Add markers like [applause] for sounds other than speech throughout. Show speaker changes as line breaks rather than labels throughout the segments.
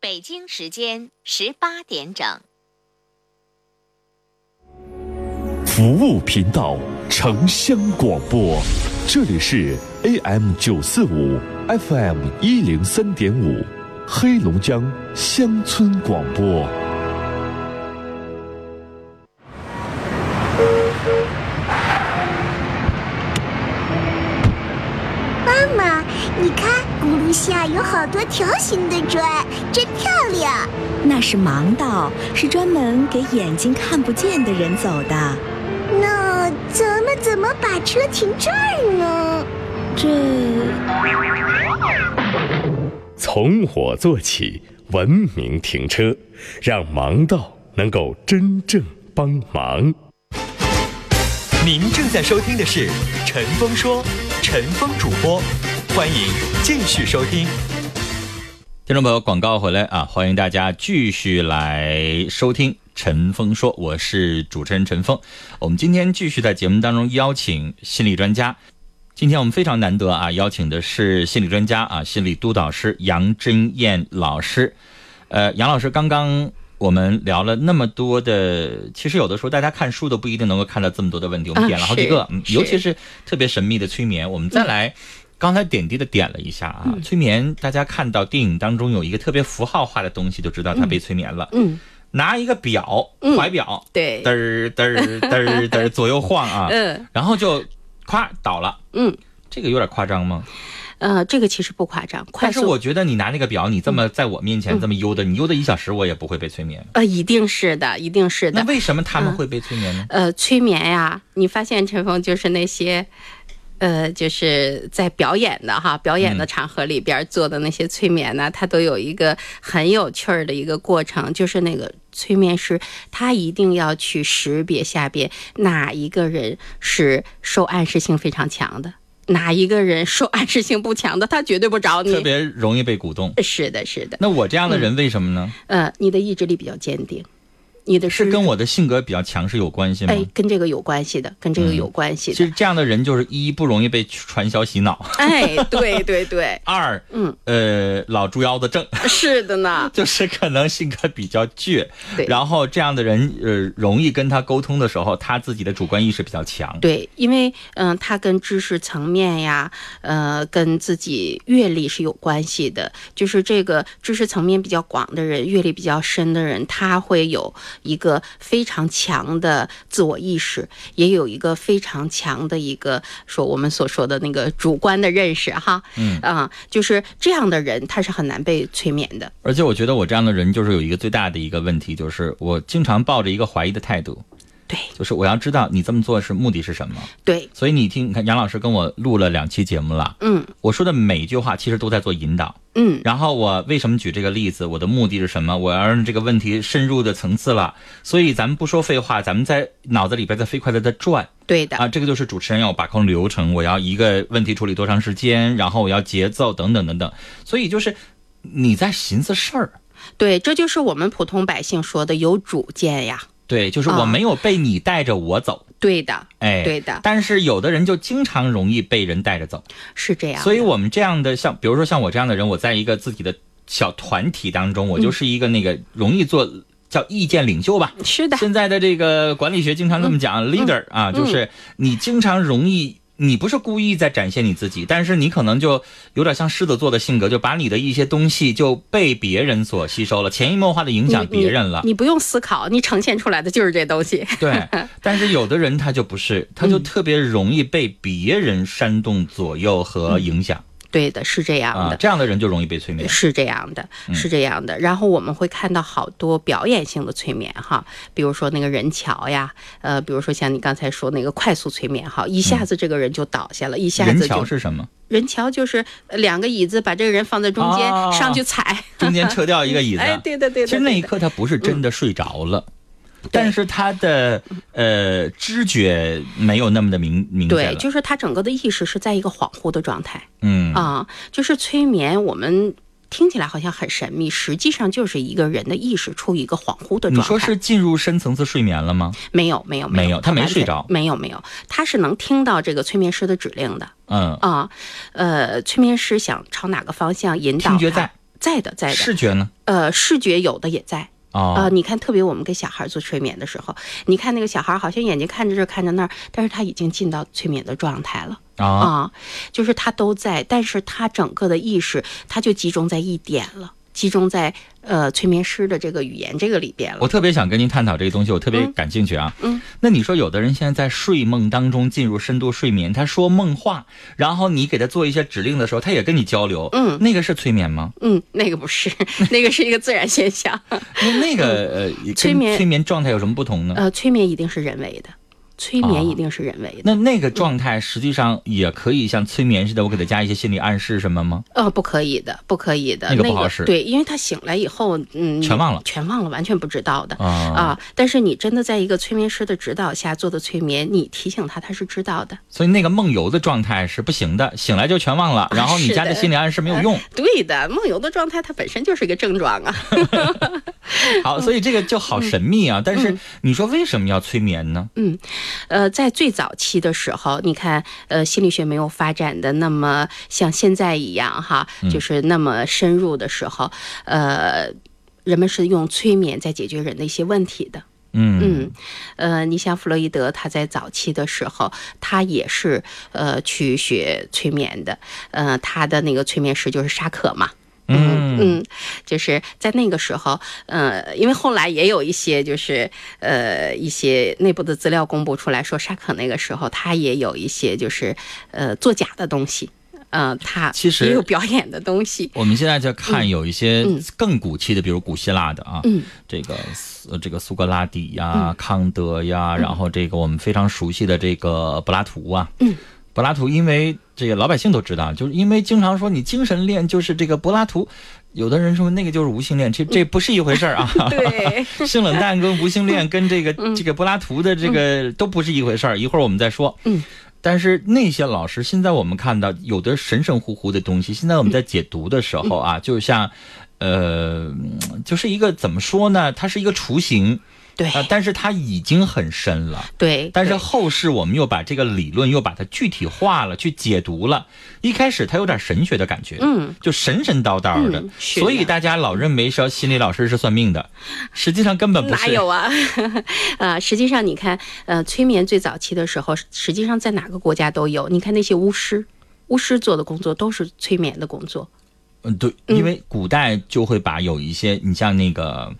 北京时间十八点整。
服务频道城乡广播，这里是 AM 九四五 FM 一零三点五，黑龙江乡村广播。
妈妈，你看，轱辘下有好多条形的砖，真漂亮。
那是盲道，是专门给眼睛看不见的人走的。
那咱们怎么把车停这儿呢？
这
从我做起，文明停车，让盲道能够真正帮忙。
您正在收听的是《陈峰说》，陈峰主播，欢迎继续收听。
听众朋友，广告回来啊！欢迎大家继续来收听《陈峰说》，我是主持人陈峰。我们今天继续在节目当中邀请心理专家。今天我们非常难得啊，邀请的是心理专家啊，心理督导师杨真燕老师。呃，杨老师，刚刚我们聊了那么多的，其实有的时候大家看书都不一定能够看到这么多的问题，我们
啊
点了好几个，
是
嗯，
是嗯
尤其是特别神秘的催眠，我们再来。刚才点滴的点了一下啊，催眠，大家看到电影当中有一个特别符号化的东西，就知道他被催眠了。
嗯，
拿一个表，
嗯
怀表，
对
嘚，儿嘚儿嘚儿嘚儿左右晃啊，
嗯
[laughs] 然后就咵倒了。
嗯，
这个有点夸张吗？
呃，这个其实不夸张，快
但是
速嗯
我觉得你拿那个表，你这么在我面前这么悠的，你悠的一小时，我也不会被催眠。
呃，一定是的，一定是
那
的。嗯
为什么他们会被催眠呢？
呃，催眠呀、你发现陈峰就是那些，呃，就是在表演的哈，表演
嗯
的场合里边做的那些催眠呢，它都有一个很有趣儿的一个过程，就是那个催眠师他一定要去识别下边哪一个人是受暗示性非常强的，哪一个人受暗示性不强的，他绝对不找
特
你。嗯
别容易被鼓动。
是的，是的。
那我这样的人为什么呢？
呃，你的意志力比较坚定，你的
是
知
跟我的性格比较强势有关系吗？嗯
哎跟这个有关系的，跟这个有关系
其
的。
实这样的人就是一不容易被传销洗脑， [laughs]
哎，对对对，
二
嗯，
呃老猪腰子症，
是的呢，
[laughs] 就是可能性格比较倔，
对
然后这样的人呃容易跟他沟通的时候，他自己的主观意识比较强。
对，因为嗯、呃它跟知识层面呀，呃，跟自己阅历是有关系的。就是这个知识层面比较广的人，阅历比较深的人，他会有一个非常强的自我意识，也有一个非常强的一个说我们所说的那个主观的认识哈。嗯啊、就是这样的人，他是很难被催眠的。
而且我觉得我这样的人就是有一个最大的一个问题，就是我经常抱着一个怀疑的态度，
对
就是我要知道你这么做是目的是什么。
对，
所以你听，你看杨老师跟我录了两期节目了，
嗯
我说的每一句话其实都在做引导。
嗯，
然后我为什么举这个例子？我的目的是什么？我要让这个问题深入的层次了。所以咱们不说废话，咱们在脑子里边在飞快的在转
对的，
啊，这个就是主持人要把控流程，我要一个问题处理多长时间，然后我要节奏等等等等。所以就是你在寻思事儿，
对，这就是我们普通百姓说的有主见呀。
对，就是我
啊
没有被你带着我走，
对的，
哎，
对的
但是有的人就经常容易被人带着走，
是这样。
所以我们这样的像，比如说像我这样的人，我在一个自己的小团体当
嗯
中，我就是一个那个容易做叫意见领袖吧。
是的，
现在的这个管理学经常这么讲、l
嗯
e a d e r 啊，就是你经常容易。你不是故意在展现你自己，但是你可能就有点像狮子座的性格，就把你的一些东西就被别人所吸收了，潜移默化的影响别人了
你。你不用思考，你呈现出来的就是这
[laughs]
东西。
对，但是有的人他就不是，他就特别容易被别人煽动、左右和
嗯
影响、
对的，是这样
啊
的。，
这样嗯的人就容易被催眠。
是这样的，是这样的。然后我们会看到好多表演性的催眠哈，比如说那个人桥呀，呃，比如说像你刚才说那个快速催眠哈，一下子这个人就倒下了，一下
嗯人
子就
桥是什么？
人桥就是呃两个椅子把这个人放在中间，
哦
上去踩。
中间撤掉一个椅子。啊
[laughs] 哎，对的对的。嗯
其实那一
对的
刻他不是真的睡着了，但是他的呃知觉没有那么的明明显
对，
了。
就是他整个的意识是在一个恍惚的状态
嗯
啊、就是催眠，我们听起来好像很神秘，实际上就是一个人的意识处于一个恍惚的状态。
你说是进入深层次睡眠了吗？
没有没有
没有
有，
他没
完全
睡着
没有没有，他是能听到这个催眠师的指令的啊
嗯，
啊、呃，催眠师想朝哪个方向引导他，
听觉在
在的，在的。
视觉呢？
呃，视觉有的也在。啊、
哦，
你看，特别我们给小孩做催眠的时候，你看那个小孩好像眼睛看着这儿看着那儿，但是他已经进到催眠的状态了
啊，
啊、就是他都在，但是他整个的意识他就集中在一点了，集中在呃催眠师的这个语言这个里边
我
了。
特别想跟您探讨这个东西，我特别
嗯
感兴趣啊。
嗯，
那你说有的人现在在睡梦当中进入深度睡眠，他说梦话，然后你给他做一些指令的时候，他也跟你交流，
嗯
那个是催眠吗？
嗯，那个不是， [laughs] 那个是一个自然
[laughs]
现象。
那那个呃，跟
催眠
催眠状态有什么不同呢？
呃，催眠一定是人为的，催
啊
眠一定是人为的。
那那个状态实际上也可以像催眠似的，我给他加一些心理暗示什么吗？
呃，不可以的，不可以的。
那
那
个不好使
对，因为他醒来以后，嗯，
全忘了
全忘了，完全不知道的。
啊，
啊，但是你真的在一个催眠师的指导下做的催眠，你提醒他，他是知道的。
所以那个梦游的状态是不行的，醒来就全忘了，然后你
是
加
的
的心理暗示没有用。
对的，梦游的状态它本身就是一个症状啊。
好，所以这个就好神秘啊。但是你说为什么要催眠呢？
呃，在最早期的时候，你看，呃，心理学没有发展的那么像现在一样哈，就是那么深入的时候，呃，人们是用催眠在解决人的一些问题的。
嗯
嗯，呃，你像弗洛伊德，他在早期的时候，他也是呃去学催眠的，呃，他的那个催眠师就是沙可嘛。
嗯
嗯，就是在那个时候，呃，因为后来也有一些就是呃一些内部的资料公布出来说，沙可那个时候他也有一些就是呃作假的东西，呃，他
其实
也有表演的东
[laughs]
西，
我们现在就看有一些
嗯
更古期的，比如古希腊的啊，
嗯
这个呃这个苏格拉底呀、康德呀，然后这个我们非常熟悉的这个柏拉图啊，
嗯，
柏拉图因为这个老百姓都知道，就是因为经常说你精神恋就是这个柏拉图，有的人说那个就是无性恋，这
嗯
这不是一回事儿
[laughs]
啊。
对，
[laughs] 性冷淡跟无性恋
嗯
跟这个、这个柏拉图的这个都不是一回事儿，一会儿我们再说。
嗯，
但是那些老师现在我们看到有的神神乎乎的东西，现在我们在解读的时候
嗯
啊，就像，呃，就是一个怎么说呢？它是一个雏形，
对
呃，但是它已经很深了。
对，
但是
对
后世我们又把这个理论又把它具体化了，去解读了。一开始它有点神学的感觉，
嗯，
就神神叨叨的，
嗯是的
所以大家老认为说心理老师是算命的，实际上根嗯本不
哪
是。
有啊？ [laughs] 啊，实际上你看，呃，催眠最早期的时候，实际上在哪个国家都有。你看那些巫师，巫师做的工作都是催眠的工作。
嗯，对，因为古代就会把有一些，你像那个，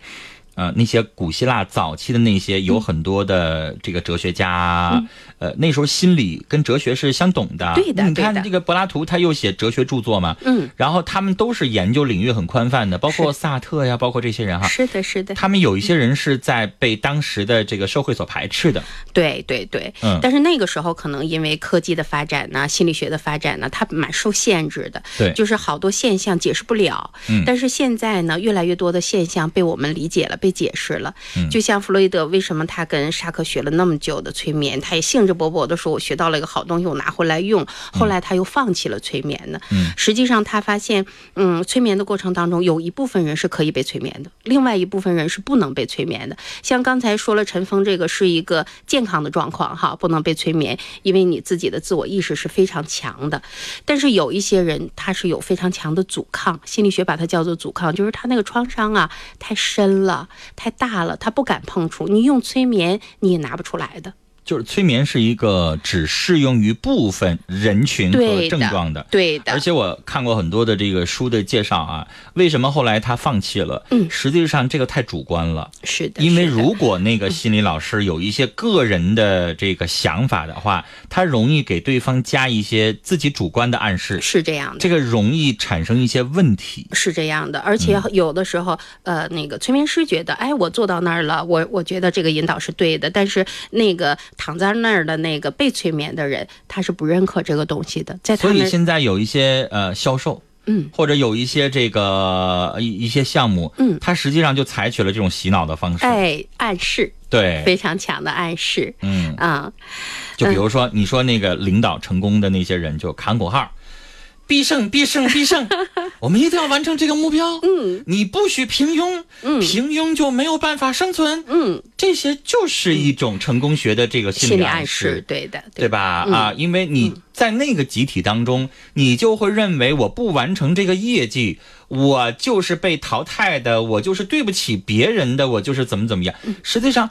呃，那些古希腊早期的那些有很多的这个哲学家，呃，那时候心理跟哲学是相懂的。
嗯对的
你看
对的
这个柏拉图，他又写哲学著作嘛，
嗯，
然后他们都是研究领域很宽泛的，包括
是
萨特呀，包括这些人哈。
是的，是的，
啊他们有一些人是在被当时的这个社会所排斥的，
对对对。
嗯
但是那个时候可能因为科技的发展呢、心理学的发展呢，它蛮受限制的。
对
就是好多现象解释不了。
嗯
但是现在呢，越来越多的现象被我们理解了，被解释了。
嗯
就像弗洛伊德，为什么他跟沙克学了那么久的催眠，他也兴致勃勃地说：“我学到了一个好东西，我拿回来用。”后来他又放弃了催眠呢。
嗯
实际上他发现，嗯，催眠的过程当中，有一部分人是可以被催眠的，另外一部分人是不能被催眠的。像刚才说了，陈峰这个是一个健康的状况哈，不能被催眠，因为你自己的自我意识是非常强的。但是有一些人他是有非常强的阻抗，心理学把它叫做阻抗，就是他那个创伤啊太深了、太大了，他不敢碰触。你用催眠你也拿不出来的。
就是催眠是一个只适用于部分人群和
对
症
的
状的，
对的，
而且我看过很多的这个书的介绍啊，为什么后来他放弃了？
嗯
实际上这个太主观了，
是的，
因为
是的嗯
如果那个心理老师有一些个人的这个想法的话，他容易给对方加一些自己主观的暗示，
是这样的。
这个容易产生一些问题。
是这样的，而
嗯
且有的时候，呃，那个催眠师觉得，哎，我做到那儿了，我我觉得这个引导是对的，但是那个躺在那儿的那个被催眠的人，他是不认可这个东西的，在他
所以
们
现在有一些呃销售。
嗯，
或者有一些这个呃一一些项目，
嗯
它实际上就采取了这种洗脑的方式，
哎暗示
对，
非常强的暗示，
哎嗯，
啊、
就比如说，你说那个领导成功的那些人，就喊口号，必胜，必胜，必
[laughs]
胜，我们一定要完成这个目标。嗯，你不许平庸，嗯，平庸就没有办法生存。
嗯，
这些就是一种成功学的这个心
心
理
理
暗
暗
示，
对的，嗯
对吧？啊，因为你在那个集体当中，你就会认为我不完成这个业绩，我就是被淘汰的，我就是对不起别人的，我就是怎么怎么样。
嗯
实际上，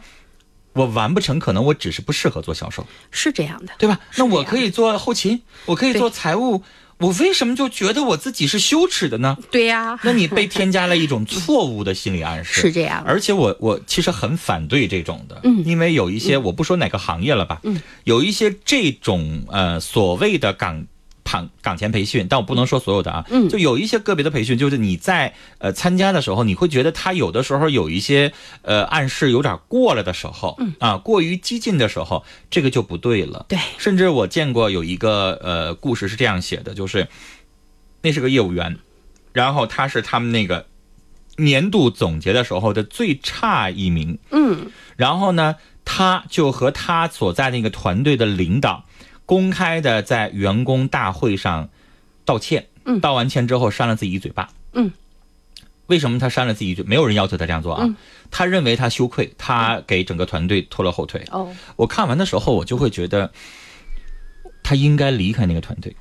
我完不成，可能我只是不适合做销售，
是这样的。
对吧？
是
那
这
我
样
可以做后勤，我可以
对
做财务，我为什么就觉得我自己是羞耻的
[laughs]
呢？
对呀、
那你被添加了一种错误的心理暗示，
是这样的
而且我我其实很反对这种的，
嗯
因为有一些我不说哪个行业了吧，
嗯，
有一些这种呃所谓的岗。岗岗前培训，但我不能说所有的啊，
嗯
就有一些个别的培训，就是你在呃参加的时候，你会觉得他有的时候有一些呃暗示有点过了的时候，嗯啊，过于激进的时候，这个就不对了。
对，
甚至我见过有一个呃故事是这样写的，就是那是个业务员，然后他是他们那个年度总结的时候的最差一名，
嗯，
然后呢，他就和他所在那个团队的领导公开的在员工大会上道歉，
嗯
道完歉之后扇了自己一嘴巴，
嗯，
为什么他扇了自己一嘴？没有人要求他这样做啊，
嗯
他认为他羞愧，他给整个团队拖了后腿，
哦，
我看完的时候，我就会觉得他应该离开那个团队。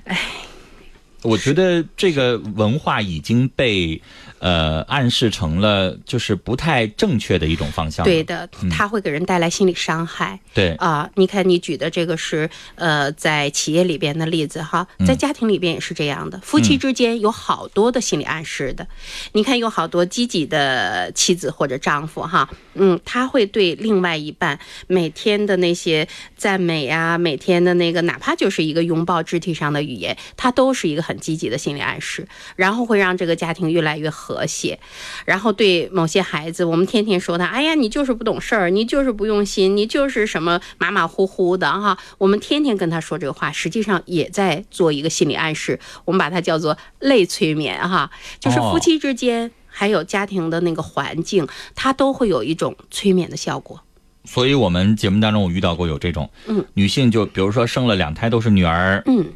我觉得这个文化已经被呃暗示成了就是不太正确的一种方向了。
对的，它会给人带来心理伤害。
对
啊，你看你举的这个是呃，在企业里边的例子哈，在家庭里边也是这样的，夫妻之间有好多的心理暗示的。你看有好多积极的妻子或者丈夫哈，嗯，他会对另外一半每天的那些赞美啊，每天的那个哪怕就是一个拥抱、肢体上的语言，它都是一个很积极的心理暗示，然后会让这个家庭越来越和谐。然后对某些孩子，我们天天说他，哎呀，你就是不懂事儿，你就是不用心，你就是什么马马虎虎的哈。我们天天跟他说这个话，实际上也在做一个心理暗示，我们把它叫做类催眠哈，就是
哦
夫妻之间。还有家庭的那个环境，它都会有一种催眠的效果。
所以我们节目当中我遇到过有这种，
嗯，
女性就比如说生了两胎都是女儿，
嗯，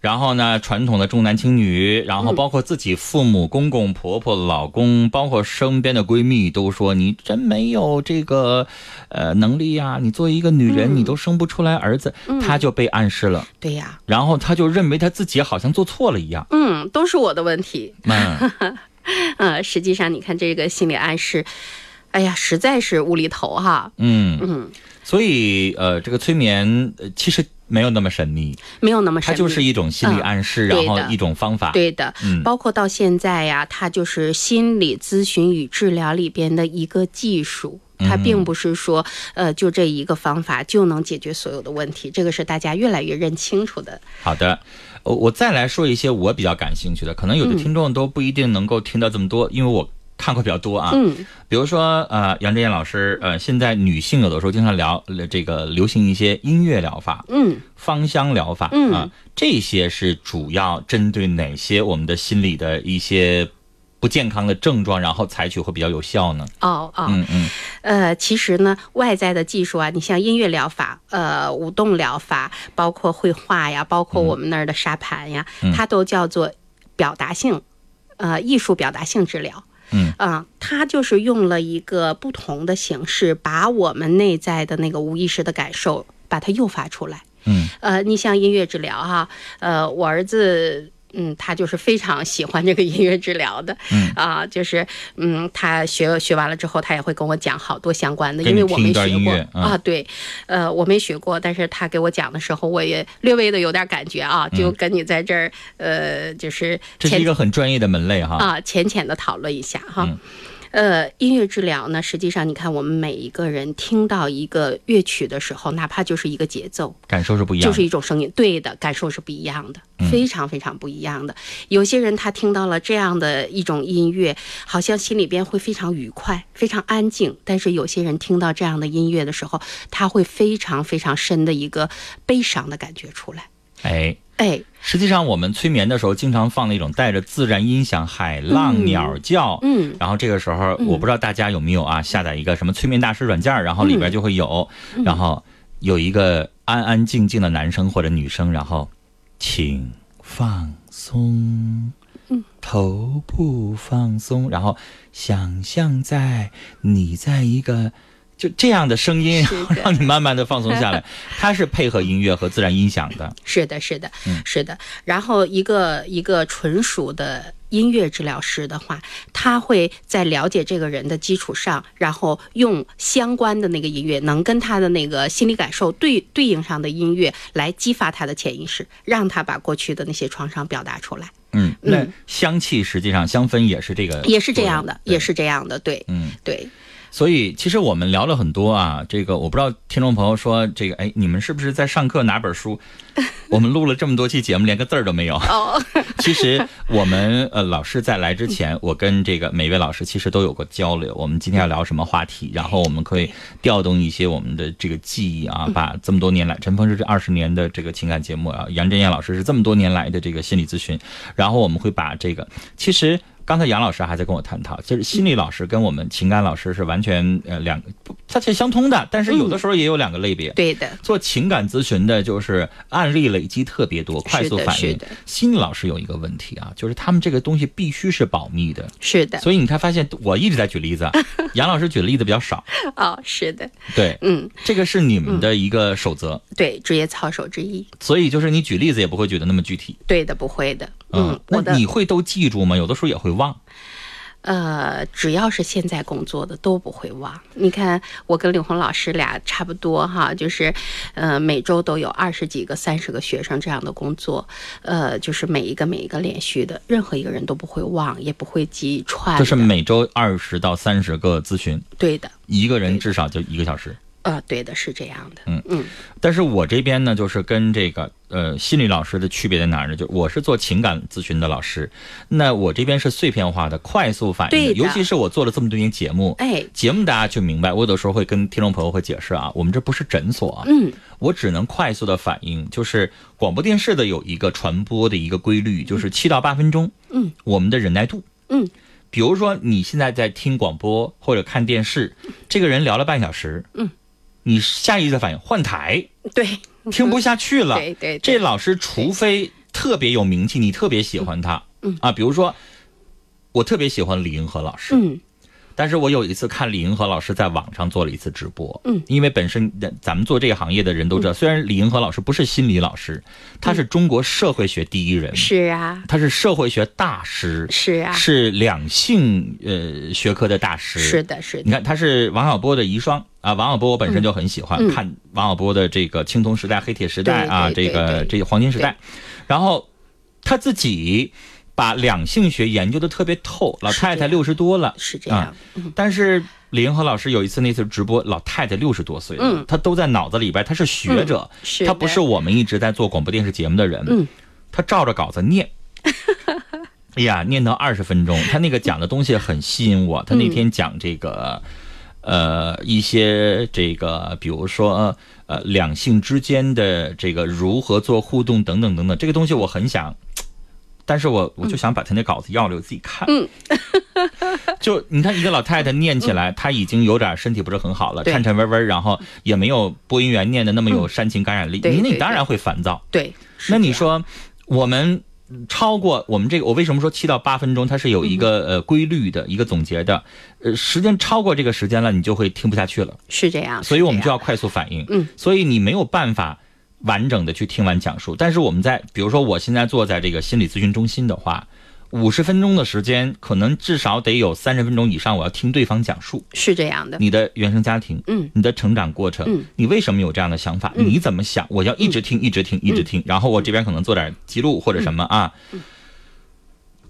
然后呢，传统的重男轻女，然后包括自己父母、公公、婆婆、老公，包括身边的闺蜜，都说你真没有这个，呃，能力呀、你作为一个女
嗯
人，你都生不出来儿子，她就被暗示了，
对呀，
然后她就认为她自己好像做错了一
[laughs]
样。
嗯，都是我的问题。
嗯，
呃，实际上你看这个心理暗示，哎呀，实在是无厘头哈。
嗯，
嗯，
所以呃，这个催眠呃其实没有那么神秘，
没有那么
它
神秘。
就是一种心理暗示，
嗯
然后
对的
一种方法。
对的，
嗯
包括到现在呀、它就是心理咨询与治疗里边的一个技术。
嗯
它并不是说，呃，就这一个方法就能解决所有的问题，这个是大家越来越认清楚的。
好的，呃我再来说一些我比较感兴趣的，可能
嗯
有的听众都不一定能够听到这么多，因为我看过比较多啊。
嗯，
比如说，呃，杨振燕老师，呃，现在女性有的时候经常聊呃这个流行一些音乐疗法、
嗯，
芳香疗法啊、
嗯
这些是主要针对哪些我们的心理的一些不健康的症状，然后采取会比较有效呢？
哦哦，
嗯嗯
呃，其实呢，外在的技术啊，你像音乐疗法、呃，舞动疗法，包括绘画呀，包括我们那儿的沙盘呀，它都叫做表达性，呃，艺术表达性治疗。
嗯
啊、它就是用了一个不同的形式，把我们内在的那个无意识的感受，把它诱发出来。
嗯，
呃，你像音乐治疗哈、呃，我儿子。嗯，他就是非常喜欢这个音乐治疗的，
嗯
啊，就是嗯，他学学完了之后，他也会跟我讲好多相关的，
给
因
你
为我
听一
没
段
学
音
过
乐嗯
啊，对，呃，我没学过，但是他给我讲的时候，我也略微的有点感觉啊，就跟你在这儿，呃，就是
嗯这
前
是一个很专业的门类哈。
啊，浅浅的讨论一下哈。
嗯
呃，音乐治疗呢，实际上你看，我们每一个人听到一个乐曲的时候，哪怕就是一个节奏，
感受是不一样嗯
就
的，
是一种声音，对的感受是不一样的，非常非常不一样的。有些人他听到了这样的一种音乐，好像心里边会非常愉快、非常安静；但是有些人听到这样的音乐的时候，他会非常非常深的一个悲伤的感觉出来。
哎，
哎，
实际上，我们催眠的时候，经常放那种带着自然音响、海浪、
嗯
鸟叫。
嗯
然后这个时候，我不知道大家有没有啊，下载一个什么催眠大师软件儿，然后里边就会有，
嗯
然后有一个安安静静的男生或者女生，然后，请放松，
嗯
头部放松，然后想象在你在一个就这样的声音
是的，
让你慢慢的放松
[laughs]
下来。它是配合音乐和自然音响的，
是的，是的，
嗯
是的。然后一个一个纯属的音乐治疗师的话，他会在了解这个人的基础上，然后用相关的那个音乐，能跟他的那个心理感受对对应上的音乐，来激发他的潜意识，让他把过去的那些创伤表达出来，
嗯，那
嗯
香气实际上香氛也是这个，
也是这样的，
对
也是这样的，对，
嗯，
对，
所以其实我们聊了很多啊，这个我不知道听众朋友说这个，哎，你们是不是在上课拿本书？ [laughs] 我们录了这么多期节目，连个字儿都没有。
哦，
[laughs] 其实我们呃，老师在来之前，我跟这个每位老师其实都有过交流。我们今天要聊什么话题，然后我们可以调动一些我们的这个记忆啊，把这么多年来陈峰是这二十年的这个情感节目啊，杨振燕老师是这么多年来的这个心理咨询，然后我们会把这个其实。刚才杨老师还在跟我探讨，就是心理老师跟我们情感老师是完全呃两个，不它是相通的，但是有的时候也有两个类别。
对的，
做情感咨询的，就是案例累积特别多，快速反
是
应
的。
心理老师有一个问题啊，就是他们这个东西必须是保密的，
是的，
所以你看，发现我一直在举例
[laughs]
子啊，杨老师举的例子比较少。
哦，是的，
对，
嗯，
这个是你们的一个守则，
对，职业操守之一，
所以就是你举例子也不会举的那么具体。
对的，不会的，嗯，我
啊那
的
你会都记住吗？有的时候也会忘。
呃，只要是现在工作的都不会忘。你看，我跟柳红老师俩差不多哈，就是，呃，每周都有二十几个、三十个学生这样的工作，呃，就是每一个每一个连续的，任何一个人都不会忘，也不会记串
就
的。
是每周二十到三十个咨询，
对的，
一个人至少就一个小时。
呃，对的，是这样的。
但是我这边呢，就是跟这个呃心理老师的区别在哪儿呢？就我是做情感咨询的老师，那我这边是碎片化的、快速反应
对的
尤其是我做了这么多年节目，
哎，
节目大家就明白，我有的时候会跟听众朋友会解释啊，我们这不是诊所啊，
嗯，
我只能快速的反应，就是广播电视的有一个传播的一个规律，就是七到八分钟，
嗯，
我们的忍耐度，
嗯，
比如说你现在在听广播或者看电视，这个人聊了半小时，
嗯，
你下意识的反应换台，
对，
听不下去了。
嗯对对对
这老师除非特别有名气，你特别喜欢他，
嗯
啊，比如说我特别喜欢李银河老师，
嗯
但是我有一次看李银河老师在网上做了一次直播，
嗯
因为本身人咱们做这个行业的人都知道，虽然李银河老师不是心理老师，他是中国社会学第一人，
嗯是啊，
他是社会学大师，
是啊，
是两性呃学科的大师，
是的，是
你
的，
看，他是王小波的遗孀啊。王小波我本身就很喜欢、
嗯嗯
看王小波的这个青铜时代、黑铁时代啊，
对
这
对
个
对
这个黄金时代。然后他自己把两性学研究的特别透，老太太
是这
六十多了，
是这样
啊。但是李银河老师有一次那次直播，老太太六十多岁了，
嗯
她都在脑子里边，她是学者，
嗯是的
她不是我们一直在做广播电视节目的人，
嗯
她照着稿子
[laughs]
念。哎呀，念到二十分钟，她那个讲的东西很吸引我。她那天讲这个，呃，一些这个，比如说呃，两性之间的这个如何做互动等等等等，这个东西我很想，但是我我就想把她那稿子要了，我自己看。
嗯
[laughs] 就你看，一个老太太念起来，她已经有点身体不是很好了，
对嗯
颤颤巍巍，然后也没有播音员念的那么有煽情感染力，
对
你那
对
你
对
当然会烦躁。
对，是
那
这
你
样
说，我们超过我们这个，我为什么说七到八分钟，它是有一
嗯
个呃规律的一个总结的，呃，时间超过这个时间了，你就会听不下去了，
是这样，
所以我们
是这
就
样
要快速反应。
嗯，
所以你没有办法。完整的去听完讲述，但是我们在，比如说我现在坐在这个心理咨询中心的话，五十分钟的时间，可能至少得有三十分钟以上，我要听对方讲述。
是这样的，
你的原生家庭，
嗯，
你的成长过程，
嗯，
你为什么有这样的想法？你怎么想？我要一直听，一直听，一
嗯
直听，然后我这边可能做点记录或者什么啊。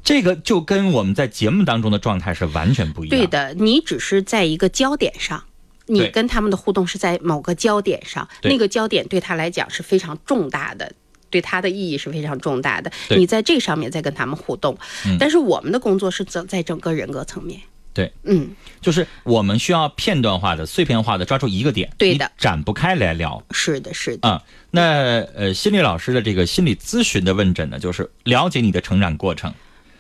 这个就跟我们在节目当中的状态是完全不一样。
对，的，你只是在一个焦点上，你
对
跟他们的互动是在某个焦点上，
对
那个焦点对他来讲是非常重大的。对他的意义是非常重大的，
对
你在这上面再跟他们互动，
嗯
但是我们的工作是整在整个人格层面，
对，
嗯，
就是我们需要片段化的、碎片化的抓住一个点，
对的
你展不开来聊。
是的，是的，
啊、那呃，心理老师的这个心理咨询的问诊呢，就是了解你的成长过程，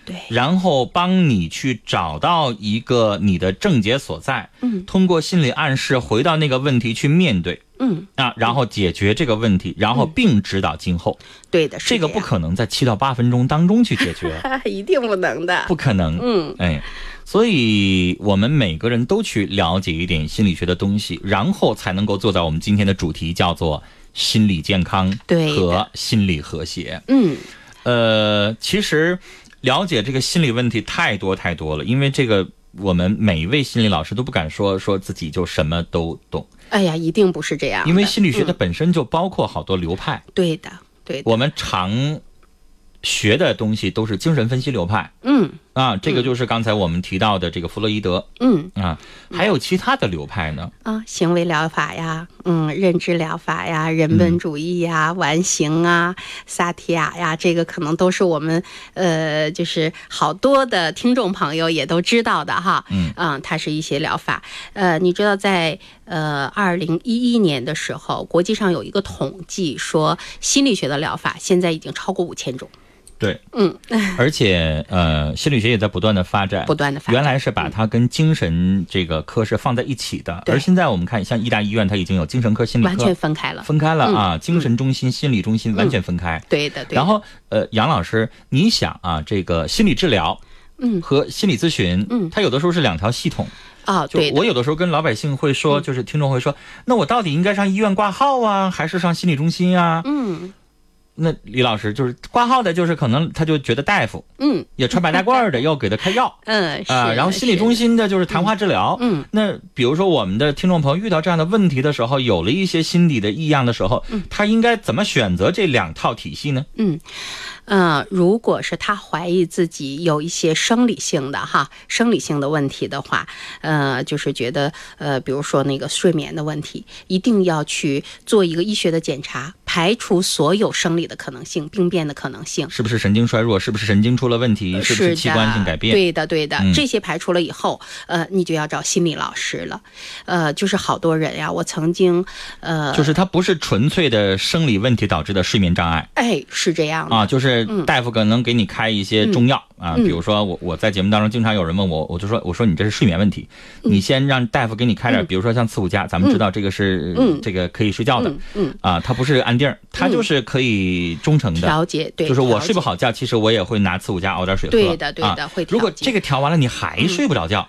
对，
然后帮你去找到一个你的症结所在，
嗯
通过心理暗示回到那个问题去面对
嗯，
啊，然后解决这个问题，然后并指导今后。
对的，嗯是啊
这个
[laughs]
不可能在七到八分钟当中去解决，
能，一定不能的，
不可能。
嗯，
哎，所以我们每个人都去了解一点心理学的东西，然后才能够做到我们今天的主题叫做心理健康
对的
和心理和谐。
嗯，
呃，其实了解这个心理问题太多太多了，因为这个我们每一位心理老师都不敢说说自己就什么都懂，
哎呀，一定不是这样的，
因为心理学它
嗯
本身就包括好多流派，
对的，对的，
我们常学的东西都是精神分析流派
嗯
啊，这个就是刚才我们提到的这个弗洛伊德
嗯
啊，还有其他的流派呢，
啊，行为疗法呀，嗯，认知疗法呀，人本主义
嗯
呀，完形啊，萨提亚呀，这个可能都是我们呃，就是好多的听众朋友也都知道的哈。
嗯
它是一些疗法。呃，你知道在呃二零一一年的时候，国际上有一个统计说，心理学的疗法现在已经超过五千种。
对，
嗯，
而且呃，心理学也在不断的发展，
不断的发
啊
展。
原来是把它跟精神这个科是放在一起的，
嗯对
而现在我们看，像医大医院，它已经有精神科、心理科
完全分开了。
分开了啊，精神中心、心理中心完全分开。
对的，对的。
然后呃，杨老师，你想啊，这个心理治疗，
嗯
和心理咨询，
嗯
它有的时候是两条系统。
哦，
就
对的嗯
我有的时候跟老百姓会说，就是听众会说，那我到底应该上医院挂号啊，还是上心理中心啊？
嗯
那李老师就是挂号的，就是可能他就觉得大夫
嗯
也穿白大褂
[laughs]
儿的要给他开药。
嗯
啊、
是
然后
的
心理
是
中
的
心的就是谈话治疗。
嗯嗯
那比如说我们的听众朋友遇到这样的问题的时候，有了一些心理的异样的时候，
嗯
他应该怎么选择这两套体系呢？
呃，如果是他怀疑自己有一些生理性的哈生理性的问题的话，呃，就是觉得呃，比如说那个睡眠的问题，一定要去做一个医学的检查，排除所有生理的可能性、病变的可能性。
是不是神经衰弱？是不是神经出了问题？是不
的
是器官性改变？
对的，对的，
嗯
这些排除了以后，呃，你就要找心理老师了。呃，就是好多人呀，我曾经，呃，
就是它不是纯粹的生理问题导致的睡眠障碍。
哎，是这样的
啊，就是大夫可能给你开一些中药、啊，
嗯
比如说我我在节目当中经常有人问我，我就说我说你这是睡眠问题，
嗯
你先让大夫给你开点，比如说像刺骨加，咱们知道这个是、
嗯
这个可以睡觉的，
嗯嗯
啊，它不是安定儿，它
嗯
就是可以中成的。
调节，对，
就是我睡不
好。
好觉，其实我也会拿刺骨加熬点水喝。
对的对的
啊
会调节
如果这个调完了你还睡不着觉，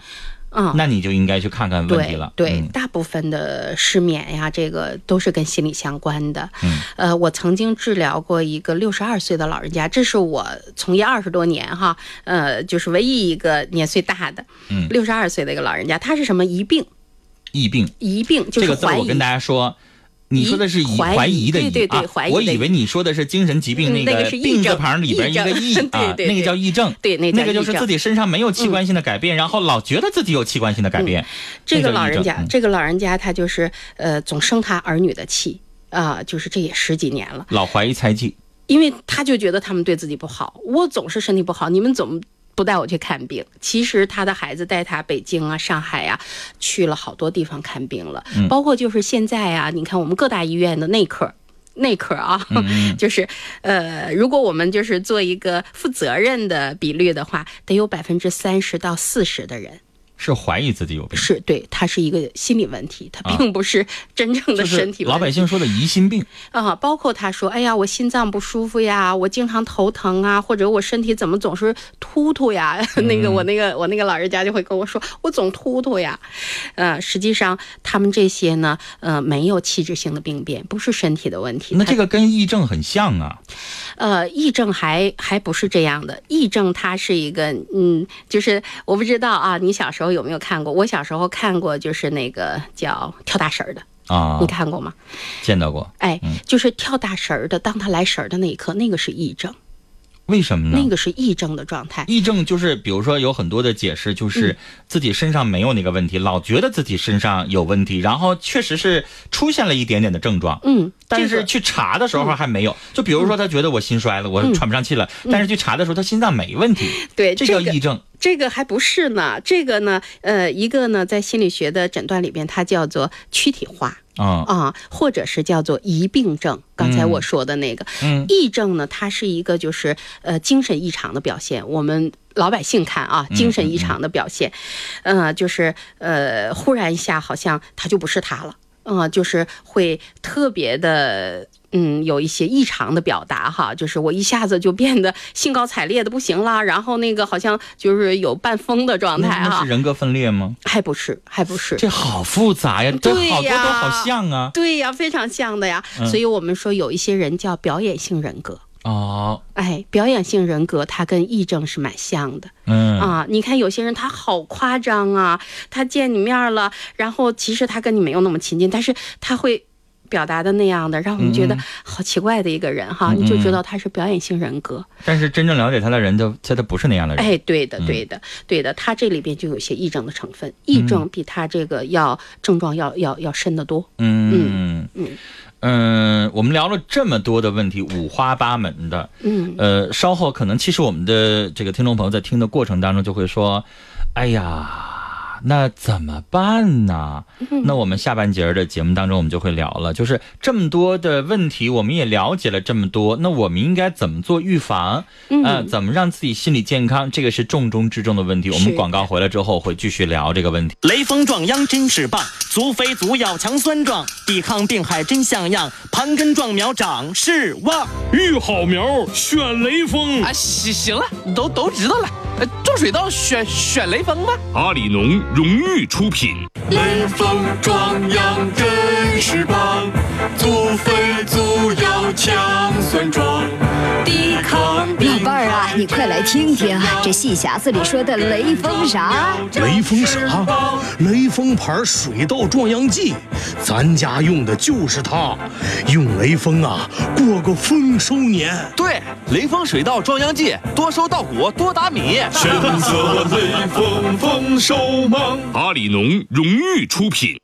嗯，
那你就应该去看看问题了。
对，对
嗯
大部分的失眠呀，这个都是跟心理相关的。
嗯
呃，我曾经治疗过一个六十二岁的老人家，这是我从业二十多年哈，呃，就是唯一一个年岁大的，
嗯
六十二岁的一个老人家，他是什么疑病？
疫病
疑病
这
就是
个字儿
怀
我跟
疑
大。家说，你说的是疑
疑怀疑
怀疑的疑，
对对对
啊
怀疑的
我以为你说的是精神疾病
嗯那个
个
是癔
病字
症
旁里边一
癔
个
症
癔啊，
对对
那个
对
叫癔症。
对，那
那
那
个就是自己身上没有器官性的改变，然后老觉得自己有器官性的改变。
嗯这
那
个
叫
老
癔
人
症
家，
嗯
这个老人家他就是呃，总生他儿女的气啊、就是这也十几年了。
老怀疑猜忌，
因为他就觉得他们对自己不好，我总是身体不好，你们总不带我去看病。其实他的孩子带他北京啊、上海啊，去了好多地方看病了，
嗯
包括就是现在啊，你看我们各大医院的内科。内科啊，
嗯
[laughs] 就是，呃，如果我们就是做一个负责任的比率的话，得有百分之三十到四十的人
是怀疑自己有病，
是对他是一个心理问题，他并不是真正的
啊就
身
是
体问题。
老百姓说的疑心
[laughs]
病。
啊，包括他说，哎呀，我心脏不舒服呀，我经常头疼啊，或者我身体怎么总是突突呀？
嗯
[laughs] 那个我那个我那个老人家就会跟我说，我总突突呀。呃，实际上他们这些呢，呃，没有器质性的病变，不是身体的问题。
那
它
这个跟癔症很像啊，
呃，癔症还还不是这样的，癔症它是一个，嗯，就是我不知道啊，你小时候有没有看过？我小时候看过，就是那个叫跳大神儿的，
啊嗯
你，看过吗？
见到过，
哎，就是跳大神儿的，当他来神儿的那一刻，那个是癔症。
为什么呢？
那个是癔症的状态。
癔症就是，比如说有很多的解释，
嗯
就是自己身上没有那个问题，老觉得自己身上有问题，然后确实是出现了一点点的症状。
嗯，
但
这
是
个
去查的时候还没有，就比如说他觉得我心衰了，我喘不上气了，但是去查的时候他心脏没问题，
嗯 [laughs] 对
这叫
这个
癔症。
这个还不是呢，这个呢，呃，一个呢，在心理学的诊断里边，它叫做躯体化
啊，
啊、或者是叫做疑病症。刚才
嗯
我说的那个
嗯
癔、症呢，它是一个就是呃精神异常的表现。我们老百姓看啊，
嗯
精神异常的表现，呃，就是呃忽然一下好像他就不是他了。嗯，就是会特别的。嗯，有一些异常的表达哈，就是我一下子就变得兴高采烈的不行了，然后那个好像就是有半疯的状
那
态
嗯那
哈
是，人格分裂吗？
还不是，还不是，
这好复杂呀，这
对
好多都
呀
好像啊。
对呀，非常像的呀。
嗯
所以我们说有一些人叫表演性人格。
哦，
哎，表演性人格它跟癔症是蛮像的、
嗯，
啊！你看有些人他好夸张啊，他见你面了，然后其实他跟你没有那么亲近，但是他会表达的那样的，让我们觉得
嗯
好奇怪的一个人哈，
嗯嗯
你就知道他是表演性人格。
但是真正了解他的人，就他他不是那样的人。
哎，对的
嗯，
对的，对的，他这里边就有些癔症的成分，癔症比他这个要症状要要要深得多。
嗯
嗯
嗯，我们聊了这么多的问题，五花八门的。
嗯，
呃，稍后可能其实我们的这个听众朋友在听的过程当中就会说，哎呀，那怎么办呢？
嗯
那我们下半节儿的节目当中我们就会聊了，就是这么多的问题，我们也了解了这么多，那我们应该怎么做预防？
嗯
呃怎么让自己心理健康？这个是重中之重的问题。我们
是
广告回来之后会继续聊这个问题。
雷锋壮秧真是棒，足肥足要强酸壮，抵抗病害真像样，盘根壮苗长势旺。
育好苗，选雷锋。
啊，行行了，都都知道了。呃，种水稻选选雷锋吧。
阿里农荣誉出品。雷锋壮秧真是棒，足肥足要强酸壮，抵抗
老伴儿啊，你快来听听啊这戏匣子里说的雷锋啥？
雷锋啥？雷锋牌水稻壮秧剂，咱家用的就是它。用雷锋啊，过个丰收年。
对，雷锋水稻壮秧剂，多收稻谷，多打米。
选择雷锋丰收忙。阿里农荣誉出品。